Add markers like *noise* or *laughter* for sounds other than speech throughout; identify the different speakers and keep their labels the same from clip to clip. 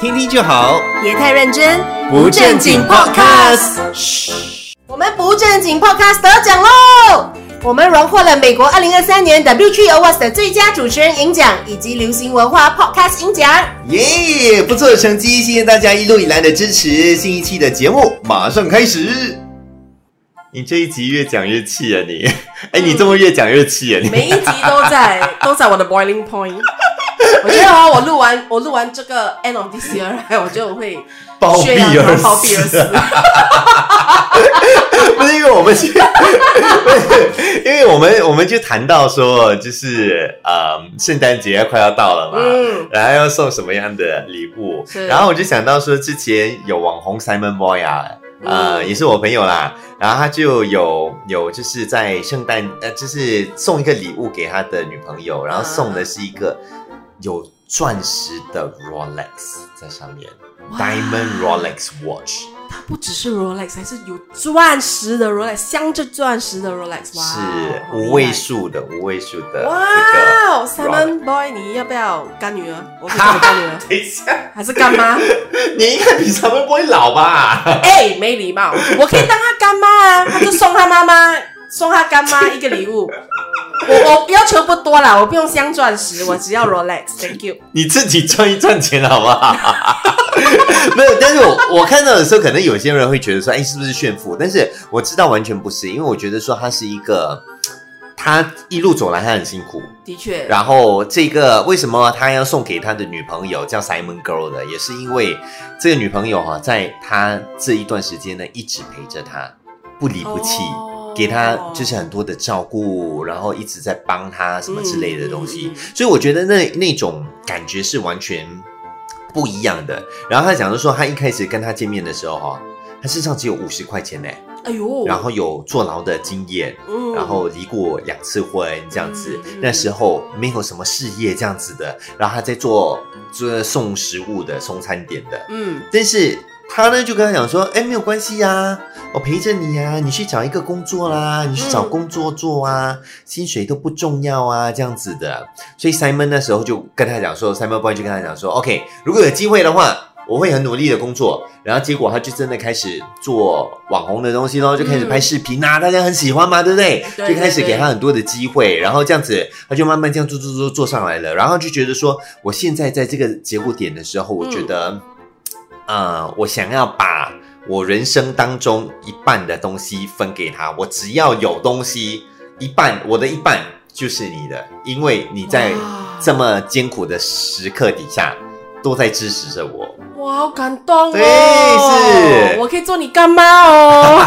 Speaker 1: 听听就好，
Speaker 2: 别太认真，
Speaker 1: 不正经 Podcast。
Speaker 2: 我们不正经 Podcast 得奖喽！我们荣获了美国2023年 W3 Awards 的最佳主持人银奖以及流行文化 Podcast 银奖。
Speaker 1: 耶、不错的成绩，谢谢大家一路以来的支持。新一期的节目马上开始。你这一集越讲越气啊你！ *laughs* 哎，你这么越讲越气啊你！
Speaker 2: 每一集都在都在我的 boiling point。我觉得啊，我录完我录完这个 end of this year，我哎就会
Speaker 1: 暴
Speaker 2: 宣
Speaker 1: 毙
Speaker 2: 扬
Speaker 1: 而
Speaker 2: 它暴毙而
Speaker 1: 死
Speaker 2: 死。
Speaker 1: *laughs* 不是因为我们是， *laughs* 因为我们我们就谈到说，就是呃，圣诞节快要到了嘛，
Speaker 2: 嗯
Speaker 1: 然后要送什么样的礼物
Speaker 2: 是，
Speaker 1: 然后我就想到说，之前有网红 Simon Boy 啊，呃，
Speaker 2: 嗯
Speaker 1: 也是我朋友啦，然后他就有有就是在圣诞呃，就是送一个礼物给他的女朋友，然后送的是一个
Speaker 2: 嗯
Speaker 1: 有钻石的 Rolex 在上面
Speaker 2: 哇
Speaker 1: ，Diamond Rolex Watch。
Speaker 2: 不只是 Rolex，还是有钻石的 Rolex，镶着钻石的 Rolex，哇，
Speaker 1: 是
Speaker 2: 好厉害
Speaker 1: 五位。数的，五位数的
Speaker 2: 哇
Speaker 1: 这
Speaker 2: 哦，Simon Boy，你要不要干女儿？我可以做你干女
Speaker 1: *laughs*
Speaker 2: 儿，
Speaker 1: 个。等一下，
Speaker 2: 还是干妈？
Speaker 1: 你应该比咱们不会老吧？
Speaker 2: 哎、没礼貌，我可以当他干妈啊，他就送他妈妈，送他干妈一个礼物。我我要求不多啦，我不用镶钻石，我只要 Rolex，Thank you。
Speaker 1: 你自己赚一赚钱好不好？ *laughs* 没有，但是我我看到的时候，可能有些人会觉得说，哎，是不是炫富？但是我知道完全不是，因为我觉得说他是一个，他一路走来他很辛苦，
Speaker 2: 的确，
Speaker 1: 然后这个为什么他要送给他的女朋友叫 Simon Girl 的，也是因为这个女朋友哈、在他这一段时间呢，一直陪着他，不离不弃。
Speaker 2: 哦
Speaker 1: 给他就是很多的照顾，然后一直在帮他什么之类的东西，
Speaker 2: 嗯嗯嗯
Speaker 1: 所以我觉得那那种感觉是完全不一样的。然后他讲的说，他一开始跟他见面的时候哈、他身上只有五十块钱呢，
Speaker 2: 哎呦，
Speaker 1: 然后有坐牢的经验，
Speaker 2: 嗯
Speaker 1: 然后离过两次婚这样子
Speaker 2: 嗯嗯，
Speaker 1: 那时候没有什么事业这样子的，然后他在做做送食物的、送餐点的，
Speaker 2: 嗯
Speaker 1: 但是他呢就跟他讲说，哎，没有关系呀、我陪着你呀、你去找一个工作啦，你去找工作做啊，薪水都不重要啊，这样子的。所以 Simon 那时候就跟他讲说，Simon Boy 就跟他讲说，OK，如果有机会的话。我会很努力的工作，然后结果他就真的开始做网红的东西咯，就开始
Speaker 2: 嗯
Speaker 1: 拍视频啊，大家很喜欢嘛，对不对？
Speaker 2: 对
Speaker 1: 就开始
Speaker 2: 对
Speaker 1: 给
Speaker 2: 对
Speaker 1: 他很多的机会，然后这样子，他就慢慢这样做做做做上来了，然后就觉得说，我现在在这个节骨点的时候，我觉得，
Speaker 2: 嗯
Speaker 1: 呃，我想要把我人生当中一半的东西分给他，我只要有东西，一半我的一半就是你的，因为你在
Speaker 2: 哇
Speaker 1: 这么艰苦的时刻底下，都在支持着我。 *laughs*
Speaker 2: 哇，好感动哦！
Speaker 1: 对是
Speaker 2: 我可以做你干妈哦。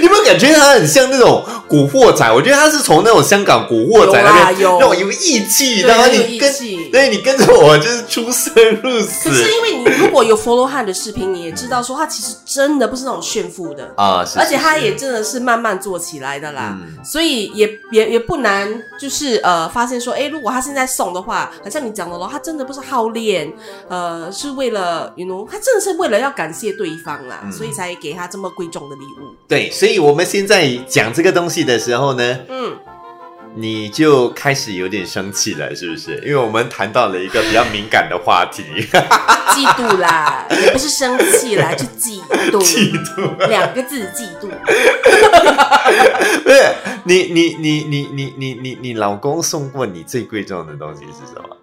Speaker 1: 你有没有感觉他很像那种古惑仔？我觉得他是从那种香港古惑仔那边
Speaker 2: 有啊有
Speaker 1: 那种有义气，
Speaker 2: 对
Speaker 1: 然后
Speaker 2: 很有
Speaker 1: 你
Speaker 2: 义
Speaker 1: 跟
Speaker 2: 气
Speaker 1: 对你跟着我就是出生入
Speaker 2: 可是
Speaker 1: 死
Speaker 2: 因为你如果有 follow 汉的视频，你也知道说他其实真的不是那种炫富的，
Speaker 1: 啊，是
Speaker 2: 而且他
Speaker 1: 是
Speaker 2: 也真的是慢慢做起来的啦，
Speaker 1: 嗯
Speaker 2: 所以也也也不难，就是呃发现说，哎，如果他现在送的话，好像你讲的咯，他真的不是好练，呃，是为了 you know，他真的是为了要感谢对方啦，
Speaker 1: 嗯
Speaker 2: 所以才给他这么贵重的礼物。
Speaker 1: 对，所以我们现在讲这个东西的时候呢，
Speaker 2: 嗯，
Speaker 1: 你就开始有点生气了，是不是？因为我们谈到了一个比较敏感的话题，
Speaker 2: 嫉
Speaker 1: *laughs*
Speaker 2: 妒啦，也不是生气啦，就嫉妒，
Speaker 1: 嫉妒。
Speaker 2: 两个字嫉妒。
Speaker 1: 不是你你你你你你你你老公送过你最贵重的东西是什么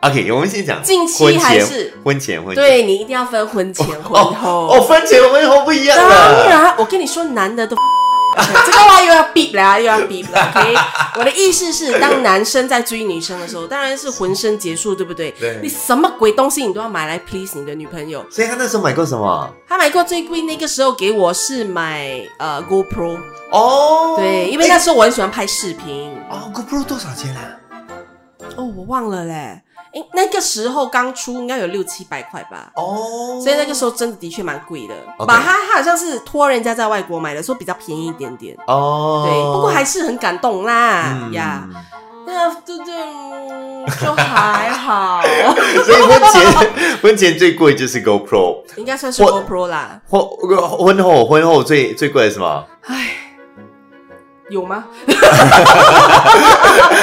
Speaker 1: ？OK，我们先讲
Speaker 2: 近期
Speaker 1: 婚
Speaker 2: 还
Speaker 1: 前
Speaker 2: 是
Speaker 1: 婚前婚前
Speaker 2: 对你一定要分婚前婚后。
Speaker 1: 哦，分前婚后不一样
Speaker 2: 当
Speaker 1: 了。
Speaker 2: 然，我跟你说，男的都 *laughs* 这个话又要 beep 啦，又要 beep 了。OK，我的意思是，当男生在追女生的时候，当然是浑身解数，对不对？
Speaker 1: 对
Speaker 2: 你什么鬼东西你都要买来 please 你的女朋友。
Speaker 1: 所以他那时候买过什么？
Speaker 2: 他买过最贵那个时候给我是买呃 GoPro，
Speaker 1: 哦，
Speaker 2: 对，因为那时候我很喜欢拍视频。
Speaker 1: 哦，GoPro 多少钱啊？
Speaker 2: 哦，我忘了嘞。诶，那个时候刚出，应该有六七百块吧。
Speaker 1: 哦，
Speaker 2: 所以那个时候真的的确蛮贵的，
Speaker 1: OK
Speaker 2: 把他他好像是托人家在外国买的，说比较便宜一点点。
Speaker 1: 哦，
Speaker 2: 对，不过还是很感动啦
Speaker 1: 嗯
Speaker 2: 呀。那对对，嗯就还好，
Speaker 1: 所以婚前婚前最贵就是 GoPro，
Speaker 2: 应该算是
Speaker 1: 我
Speaker 2: GoPro 啦。
Speaker 1: 婚婚后婚后最最贵的是什么？
Speaker 2: 唉，有
Speaker 1: *laughs*
Speaker 2: 吗？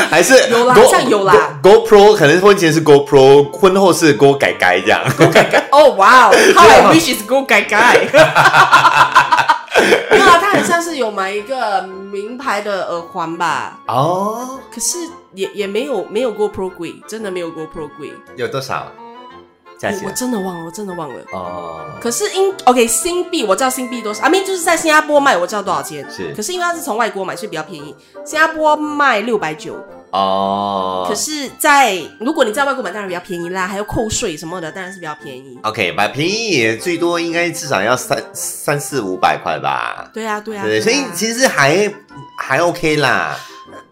Speaker 1: 还是
Speaker 2: 有啦
Speaker 1: Go-
Speaker 2: 好像有啦
Speaker 1: Go-，GoPro 可能婚前是 GoPro，婚后是 Go 改改这样。
Speaker 2: 哦，哇哦，How
Speaker 1: 啊
Speaker 2: I wish is go 改改。 *laughs* 没有啊，他很像是有买一个名牌的耳环吧，
Speaker 1: 哦，
Speaker 2: 可是也也没有没有 GoPro 贵，真的没有 GoPro 贵。
Speaker 1: 有多少价
Speaker 2: 我我
Speaker 1: 钱？
Speaker 2: 真的忘了，我真的忘了。
Speaker 1: 哦，
Speaker 2: 可是因 OK 新币我知道新币多少，啊，没就是在新加坡卖，我知道多少钱。
Speaker 1: 是
Speaker 2: 可是因为它是从外国买，所以比较便宜。新加坡卖六百九，
Speaker 1: 哦，
Speaker 2: 可是在如果你在外国买，当然比较便宜啦，还要扣税什么的，当然是比较便宜。
Speaker 1: OK，买便宜也最多应该至少要三三四五百块吧。
Speaker 2: 对啊，对啊，
Speaker 1: 对，所以
Speaker 2: 啊
Speaker 1: 其实还还 OK 啦。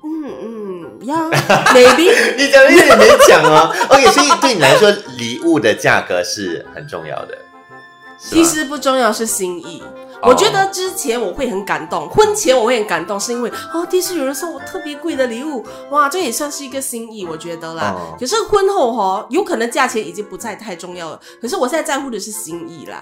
Speaker 2: 嗯嗯呀 *laughs* ，maybe
Speaker 1: 你讲的有点没讲哦。OK，所 *laughs* 以对你来说，礼物的价格是很重要的。是吗
Speaker 2: 其实不重要，是心意。
Speaker 1: 哦
Speaker 2: 我觉得之前我会很感动，婚前我会很感动，是因为哦，第一次有人送我特别贵的礼物，哇，这也算是一个心意，我觉得啦。
Speaker 1: 哦
Speaker 2: 可是婚后哈、有可能价钱已经不再太重要了，可是我现在在乎的是心意啦。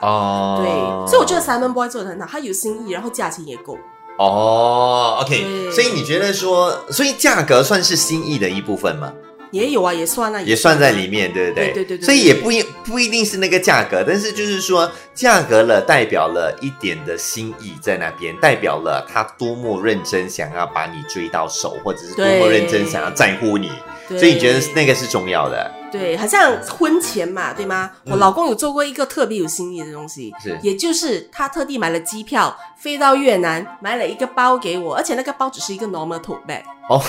Speaker 2: 对，
Speaker 1: 哦，
Speaker 2: 所以我觉得 Simon Boy 做的很好，他有心意，然后价钱也够。
Speaker 1: 哦，OK，
Speaker 2: 对
Speaker 1: 所以你觉得说，所以价格算是心意的一部分吗？
Speaker 2: 也有啊，也算啊，
Speaker 1: 也算在里。面，对不对？
Speaker 2: 对对对对
Speaker 1: 所以也不一不一定是那个价格，但是就是说，价格了代表了一点的心意在那边，代表了他多么认真想要把你追到手，或者是多么
Speaker 2: 对
Speaker 1: 认真想要在乎你。
Speaker 2: 对
Speaker 1: 所以你觉得那个是重要的？
Speaker 2: 对，好像婚前嘛，对吗？
Speaker 1: 嗯
Speaker 2: 我老公有做过一个特别有心意的东西，
Speaker 1: 是
Speaker 2: 也就是他特地买了机票飞到越南，买了一个包给我，而且那个包只是一个 normal tote bag。
Speaker 1: 哦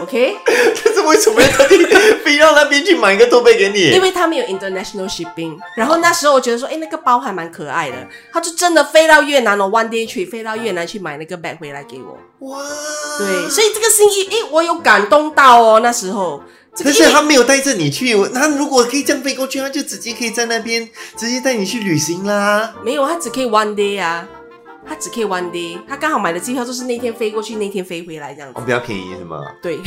Speaker 2: OK，
Speaker 1: 但是为什么要特地非到那边去买一个豆贝给你？
Speaker 2: 因为他没有 international shipping，然后那时候我觉得说，哎，那个包还蛮可爱的，他就真的飞到越南了，one day trip 飞到越南去买那个 bag 回来给我。
Speaker 1: 哇，嗯
Speaker 2: 对，所以这个心意，哎，我有感动到哦，那时候。这个
Speaker 1: 但是
Speaker 2: 因为
Speaker 1: 他没有带着你去，他如果可以这样飞过去，他就直接可以在那边直接带你去旅行啦。
Speaker 2: 没有，他只可以 one day 啊，他只可以 one day。他刚好买的机票就是那天飞过去，那天飞回来这样子
Speaker 1: 哦，。比较便宜是吗？ *laughs*
Speaker 2: 对，不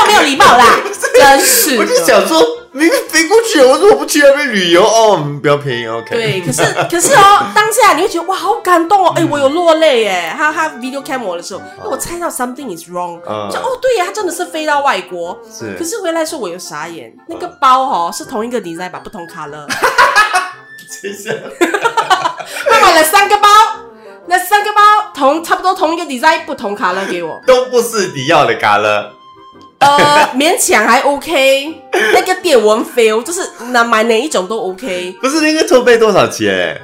Speaker 2: 要没有礼貌
Speaker 1: *laughs*
Speaker 2: 啦，真是
Speaker 1: 我就
Speaker 2: 的。
Speaker 1: 想说，明明飞过去了，我怎么不去那边旅游？哦，嗯比较便宜，OK。
Speaker 2: 对，
Speaker 1: *laughs*
Speaker 2: 可是可是哦，当下你会觉得哇，好感动哦，
Speaker 1: 嗯
Speaker 2: 哎、我有落泪耶。他他 video cam 我的时候，因为我猜到 something is wrong，、
Speaker 1: 嗯
Speaker 2: 我说哦对呀，他真的是飞到外国，
Speaker 1: 是
Speaker 2: 可是回来的时候我有傻眼，那个包哦是同一个 design 吧，不同 color，他买了三个包， *laughs* 那三个包同差不多同一个 design 不同 color
Speaker 1: *laughs*
Speaker 2: 给我，
Speaker 1: 都不是你要的嘎了。
Speaker 2: 呃，勉强还 OK，那个点我很 fail，就是那买哪一种都 OK。
Speaker 1: 不是那个筹备多少钱？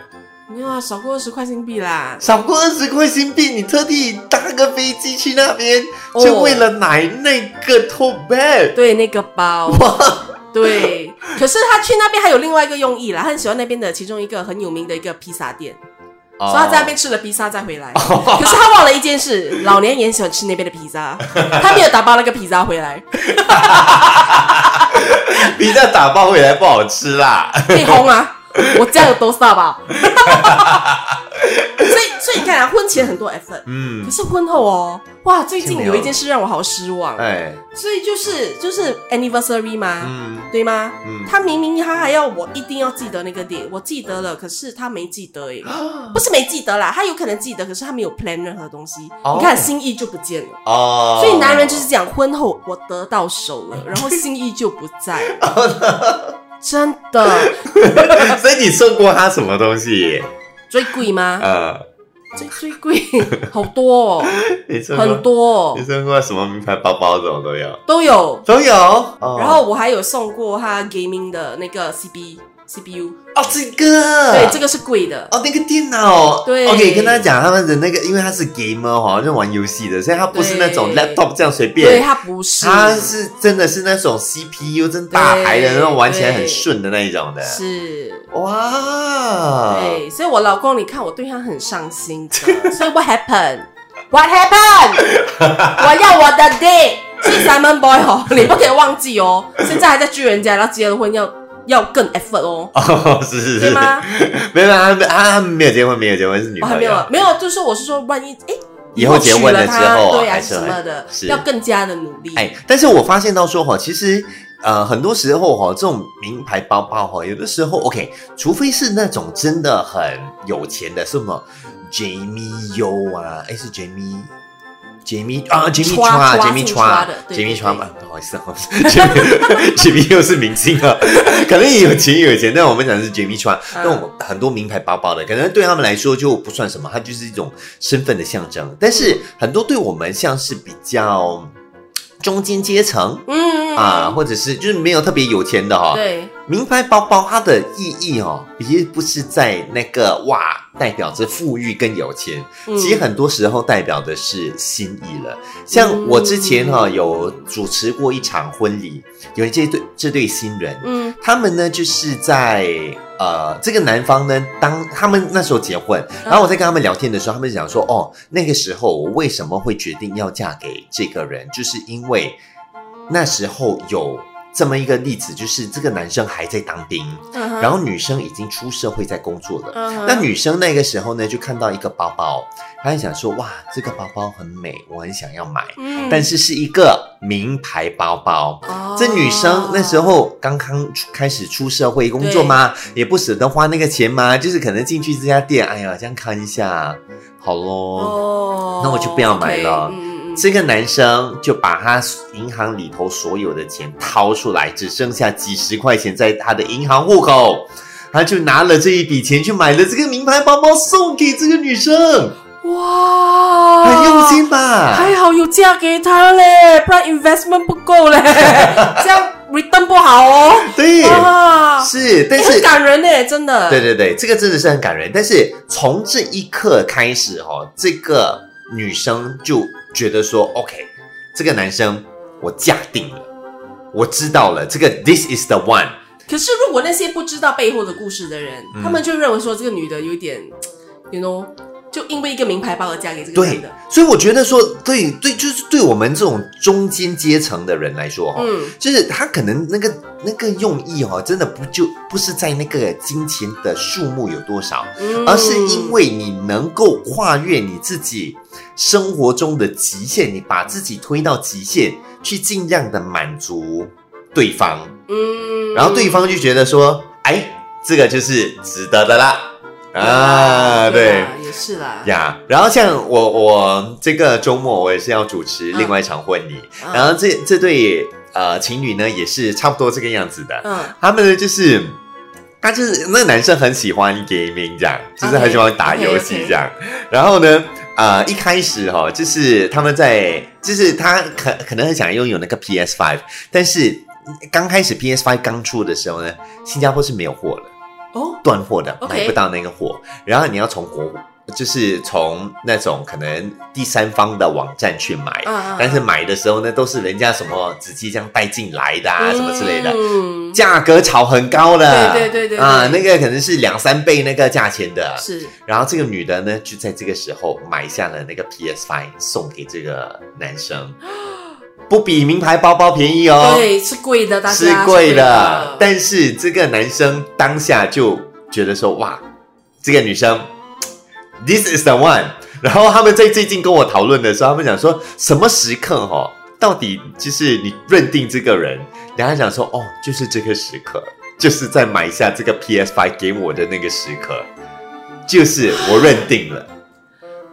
Speaker 2: 没有啊，少过二十块新币啦。
Speaker 1: 少过二十块新币，你特地搭个飞机去那边，
Speaker 2: 哦
Speaker 1: 就为了买那个 tote bag。
Speaker 2: 对，那个包，对。可是他去那边还有另外一个用意啦，他很喜欢那边的其中一个很有名的一个披萨店，
Speaker 1: 哦
Speaker 2: 所以他在那边吃了披萨再回
Speaker 1: *laughs*
Speaker 2: 来。可是他忘了一件事，老年也喜欢吃那边的披
Speaker 1: *laughs*
Speaker 2: 萨，他没有打包那个披萨回来，
Speaker 1: 比那打包回来不好吃啦。
Speaker 2: 被轰啊！
Speaker 1: *laughs*
Speaker 2: 我家有多少吧？ *laughs* 所以，所以你看啊，婚前很多 effort。
Speaker 1: 嗯
Speaker 2: 可，是婚后哦，哇，最
Speaker 1: 就
Speaker 2: 近
Speaker 1: 没有
Speaker 2: 有一件事让我好失望，
Speaker 1: 哎，
Speaker 2: 所以就是就是 anniversary 嘛，
Speaker 1: 嗯
Speaker 2: 对吗？
Speaker 1: 嗯，
Speaker 2: 他明明他还要我一定要记得那个点，我记得了，可是他没记得诶，
Speaker 1: 啊
Speaker 2: 不是没记得啦，他有可能记得，可是他没有 plan 任何东西，
Speaker 1: 哦
Speaker 2: 你看心意就不见了。
Speaker 1: 哦，
Speaker 2: 所以男人就是讲，婚后我得到手
Speaker 1: *laughs*
Speaker 2: 了，然后心意就不在了，真的
Speaker 1: *laughs* 所以你送过他什么东西？
Speaker 2: 最贵吗？
Speaker 1: 呃，
Speaker 2: 最最
Speaker 1: *laughs*
Speaker 2: 贵，好多哦，
Speaker 1: 你送
Speaker 2: 很
Speaker 1: 过，
Speaker 2: 多哦
Speaker 1: 你送过什么名牌包包？这种都有，
Speaker 2: 都有。
Speaker 1: 都有。哦
Speaker 2: 然后我还有送过他 gaming 的那个 CB CPU，
Speaker 1: 哦，这个
Speaker 2: 对，这个是贵的。
Speaker 1: 哦，那个电脑，
Speaker 2: 对
Speaker 1: ，OK，跟大家讲他们的那个，因为他是 gamer 哈，就玩游戏的，所以他不是那种
Speaker 2: 对
Speaker 1: laptop 这样随
Speaker 2: 对，
Speaker 1: 便，
Speaker 2: 它不是，
Speaker 1: 他是真的是那种 CPU 真大牌的
Speaker 2: 对
Speaker 1: 那种，玩起来很顺的那一种的，
Speaker 2: 是，
Speaker 1: 哇，
Speaker 2: 对，所以我老公，你看我对他很上
Speaker 1: *laughs*
Speaker 2: 心的，所以 what happened？What happened？我要我的 day，所以 Simon Boy 哦，你不可以忘记哦，现在还在追人家，然后结了婚要要更 effort 哦，
Speaker 1: 哦，是是
Speaker 2: 对
Speaker 1: 是，
Speaker 2: 吗？
Speaker 1: 没有他们他们没有结婚，没有结婚是女
Speaker 2: 我哦还
Speaker 1: 朋
Speaker 2: 没
Speaker 1: 友
Speaker 2: 有，啊没有，就是我是说，万一哎，
Speaker 1: 以后结婚
Speaker 2: 了
Speaker 1: 了之后
Speaker 2: 他对
Speaker 1: 啊
Speaker 2: 啊
Speaker 1: 还
Speaker 2: 什
Speaker 1: 是很
Speaker 2: 么的，
Speaker 1: 是
Speaker 2: 要更加的努力。
Speaker 1: 哎，但是我发现到说哈，其实呃，很多时候哈，这种名牌包包哈，有的时候 OK，除非是那种真的很有钱的，什么 Jamie Yo 啊，哎是 Jamie。杰米啊，杰米
Speaker 2: 川
Speaker 1: 川，
Speaker 2: 川
Speaker 1: 杰米
Speaker 2: 姓
Speaker 1: 川
Speaker 2: 川的，对
Speaker 1: 杰米
Speaker 2: 对
Speaker 1: 川
Speaker 2: 对
Speaker 1: 吧，不好意思啊，杰米杰米又是明星啊，可能也有钱也有钱，但我们讲的是杰米川，
Speaker 2: 嗯
Speaker 1: 那我们很多名牌包包的，可能对他们来说就不算什么，它就是一种身份的象征。但是很多对我们像是比较中间阶层
Speaker 2: 嗯
Speaker 1: 啊，，或者是就是没有特别有钱的哈、
Speaker 2: 对，
Speaker 1: 名牌包包它的意义哦，也不是在那个哇代表着富裕跟有钱，
Speaker 2: 嗯
Speaker 1: 其实很多时候代表的是心意了。像我之前哈、
Speaker 2: 嗯
Speaker 1: 有主持过一场婚礼，有这对这对新人，
Speaker 2: 嗯
Speaker 1: 他们呢就是在呃这个男方呢，当他们那时候结婚，
Speaker 2: 嗯
Speaker 1: 然后我在跟他们聊天的时候，他们讲说哦，那个时候我为什么会决定要嫁给这个人，就是因为那时候有这么一个例子，就是这个男生还在当兵，
Speaker 2: 嗯哼，
Speaker 1: 然后女生已经出社会在工作了。
Speaker 2: 嗯哼
Speaker 1: 那女生那个时候呢，就看到一个包包，她就想说：“哇，这个包包很美，我很想要买。”
Speaker 2: 嗯
Speaker 1: 但是是一个名牌包包，
Speaker 2: 哦
Speaker 1: 这女生那时候刚刚出开始出社会工作嘛，也不舍得花那个钱嘛，就是可能进去这家店，哎呀，这样看一下，好咯。
Speaker 2: 哦，
Speaker 1: 那我就不要买了
Speaker 2: OK，嗯嗯嗯，
Speaker 1: 这个男生就把他银行里头所有的钱掏出来，只剩下几十块钱在他的银行户口，他就拿了这一笔钱去买了这个名牌包包送给这个女生，
Speaker 2: 哇，
Speaker 1: 很用心吧？
Speaker 2: 啊还好有嫁给他嘞，不然 investment 不够嘞，
Speaker 1: *laughs*
Speaker 2: 这样 return 不好哦。
Speaker 1: 对，
Speaker 2: 哇，
Speaker 1: 是，但
Speaker 2: 欸
Speaker 1: 是
Speaker 2: 很感人呢，真的。
Speaker 1: 对对对，这个真的是很感人。但是从这一刻开始哦，这个女生就觉得说，OK，这个男生我嫁定了，我知道了，这个 this is the one。
Speaker 2: 可是如果那些不知道背后的故事的人，
Speaker 1: 嗯
Speaker 2: 他们就认为说这个女的有点，you know，就因为一个名牌包而嫁给这个
Speaker 1: 对
Speaker 2: 男的。，
Speaker 1: 所以我觉得说，对对，就是对我们这种中间阶层的人来说、哦，
Speaker 2: 嗯，
Speaker 1: 就是他可能那个那个用意哦，真的不就不是在那个金钱的数目有多少，
Speaker 2: 嗯
Speaker 1: 而是因为你能够跨越你自己生活中的极限，你把自己推到极限，去尽量的满足对方，
Speaker 2: 嗯，
Speaker 1: 然后对方就觉得说，哎，这个就是值得的啦，啊，对
Speaker 2: 嗯啦，也是啦。
Speaker 1: 呀。然后像我我这个周末我也是要主持
Speaker 2: 嗯
Speaker 1: 另外一场婚礼，
Speaker 2: 嗯
Speaker 1: 然后这这对呃情侣呢也是差不多这个样子的，
Speaker 2: 嗯，
Speaker 1: 他们呢就是，他就是那个男生很喜欢 gaming 这样，就是很喜欢打游戏这样。然后呢，呃，一开始哈、哦，就是他们在，就是他可可能很想拥有那个 PS Five，但是刚开始 PS Five 刚出的时候呢，新加坡是没有货的，
Speaker 2: 哦，
Speaker 1: 断货的，
Speaker 2: OK
Speaker 1: 买不到那个货。然后你要从国，就是从那种可能第三方的网站去买。
Speaker 2: 嗯嗯，
Speaker 1: 但是买的时候呢，都是人家什么纸机这样带进来的啊，什么之类的。
Speaker 2: 嗯，
Speaker 1: 价格炒很高的，
Speaker 2: 对对对对
Speaker 1: 啊、
Speaker 2: 对
Speaker 1: 那个可能是两三倍那个价钱的。
Speaker 2: 是
Speaker 1: 然后这个女的呢，就在这个时候买下了那个 PS Five 送给这个男生，不比名牌包包便宜哦，
Speaker 2: 对，是贵的，大家
Speaker 1: 是贵
Speaker 2: 嗯
Speaker 1: 的。但是这个男生当下就觉得说，哇，这个女生，this is the one。然后他们在最近跟我讨论的时候，他们讲说什么时刻哦，到底就是你认定这个人，然后他讲说哦，就是这个时刻，就是在买下这个 PS Five 给我的那个时刻，就是我认定了。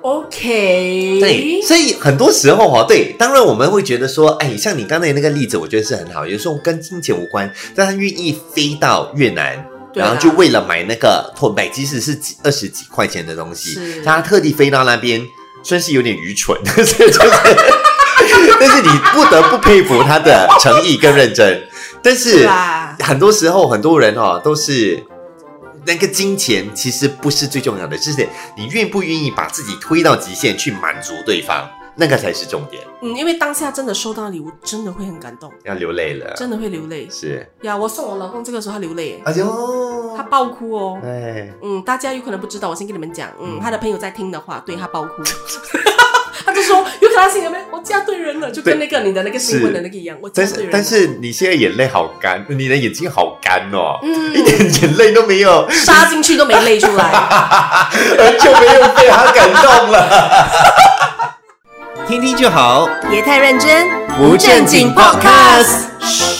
Speaker 2: OK，
Speaker 1: 对，所以很多时候哈、哦，对，当然我们会觉得说，哎，像你刚才那个例子，我觉得是很好，有时候跟金钱无关，但他愿意飞到越南。
Speaker 2: 对
Speaker 1: 然
Speaker 2: 啊
Speaker 1: 后
Speaker 2: 啦
Speaker 1: 就为了买那个 tote bag，即使是几二十几块钱的东西
Speaker 2: 是，
Speaker 1: 他特地飞到那边，算是有点愚蠢， *laughs* 但是就是，但是你不得不佩服他的诚意跟认真。但
Speaker 2: 是啊
Speaker 1: 是
Speaker 2: 啦，
Speaker 1: *laughs* 很多时候，很多人哦都是那个金钱其实不是最重要的，就是你愿不愿意把自己推到极限去满足对方，那个才是重点。
Speaker 2: 嗯，因为当下真的收到礼物，真的会很感动，
Speaker 1: 要流泪了，
Speaker 2: 真的会流泪
Speaker 1: 是，
Speaker 2: 呀！我送我老公这个时候，他流泪，
Speaker 1: 哎呦
Speaker 2: 他，爆哭哦。
Speaker 1: 哎，
Speaker 2: 嗯，大家有可能不知道，我先跟你们讲，嗯，
Speaker 1: 嗯
Speaker 2: 他的朋友在听的话，对他爆
Speaker 1: *laughs*
Speaker 2: 哭，他就说有可能他心里面我嫁对人了，就跟那个你的那个新闻的那个一样，我嫁
Speaker 1: 但
Speaker 2: 对
Speaker 1: 是
Speaker 2: 人了。
Speaker 1: 但是你现在眼泪好干，你的眼睛好干哦，一
Speaker 2: 嗯，
Speaker 1: 点眼泪都没有，
Speaker 2: 杀进去都没泪出 *laughs* 来。
Speaker 1: 完全没有被他感动了。 *laughs* 听听就好，
Speaker 2: 别太认真，
Speaker 1: 不正经 podcast。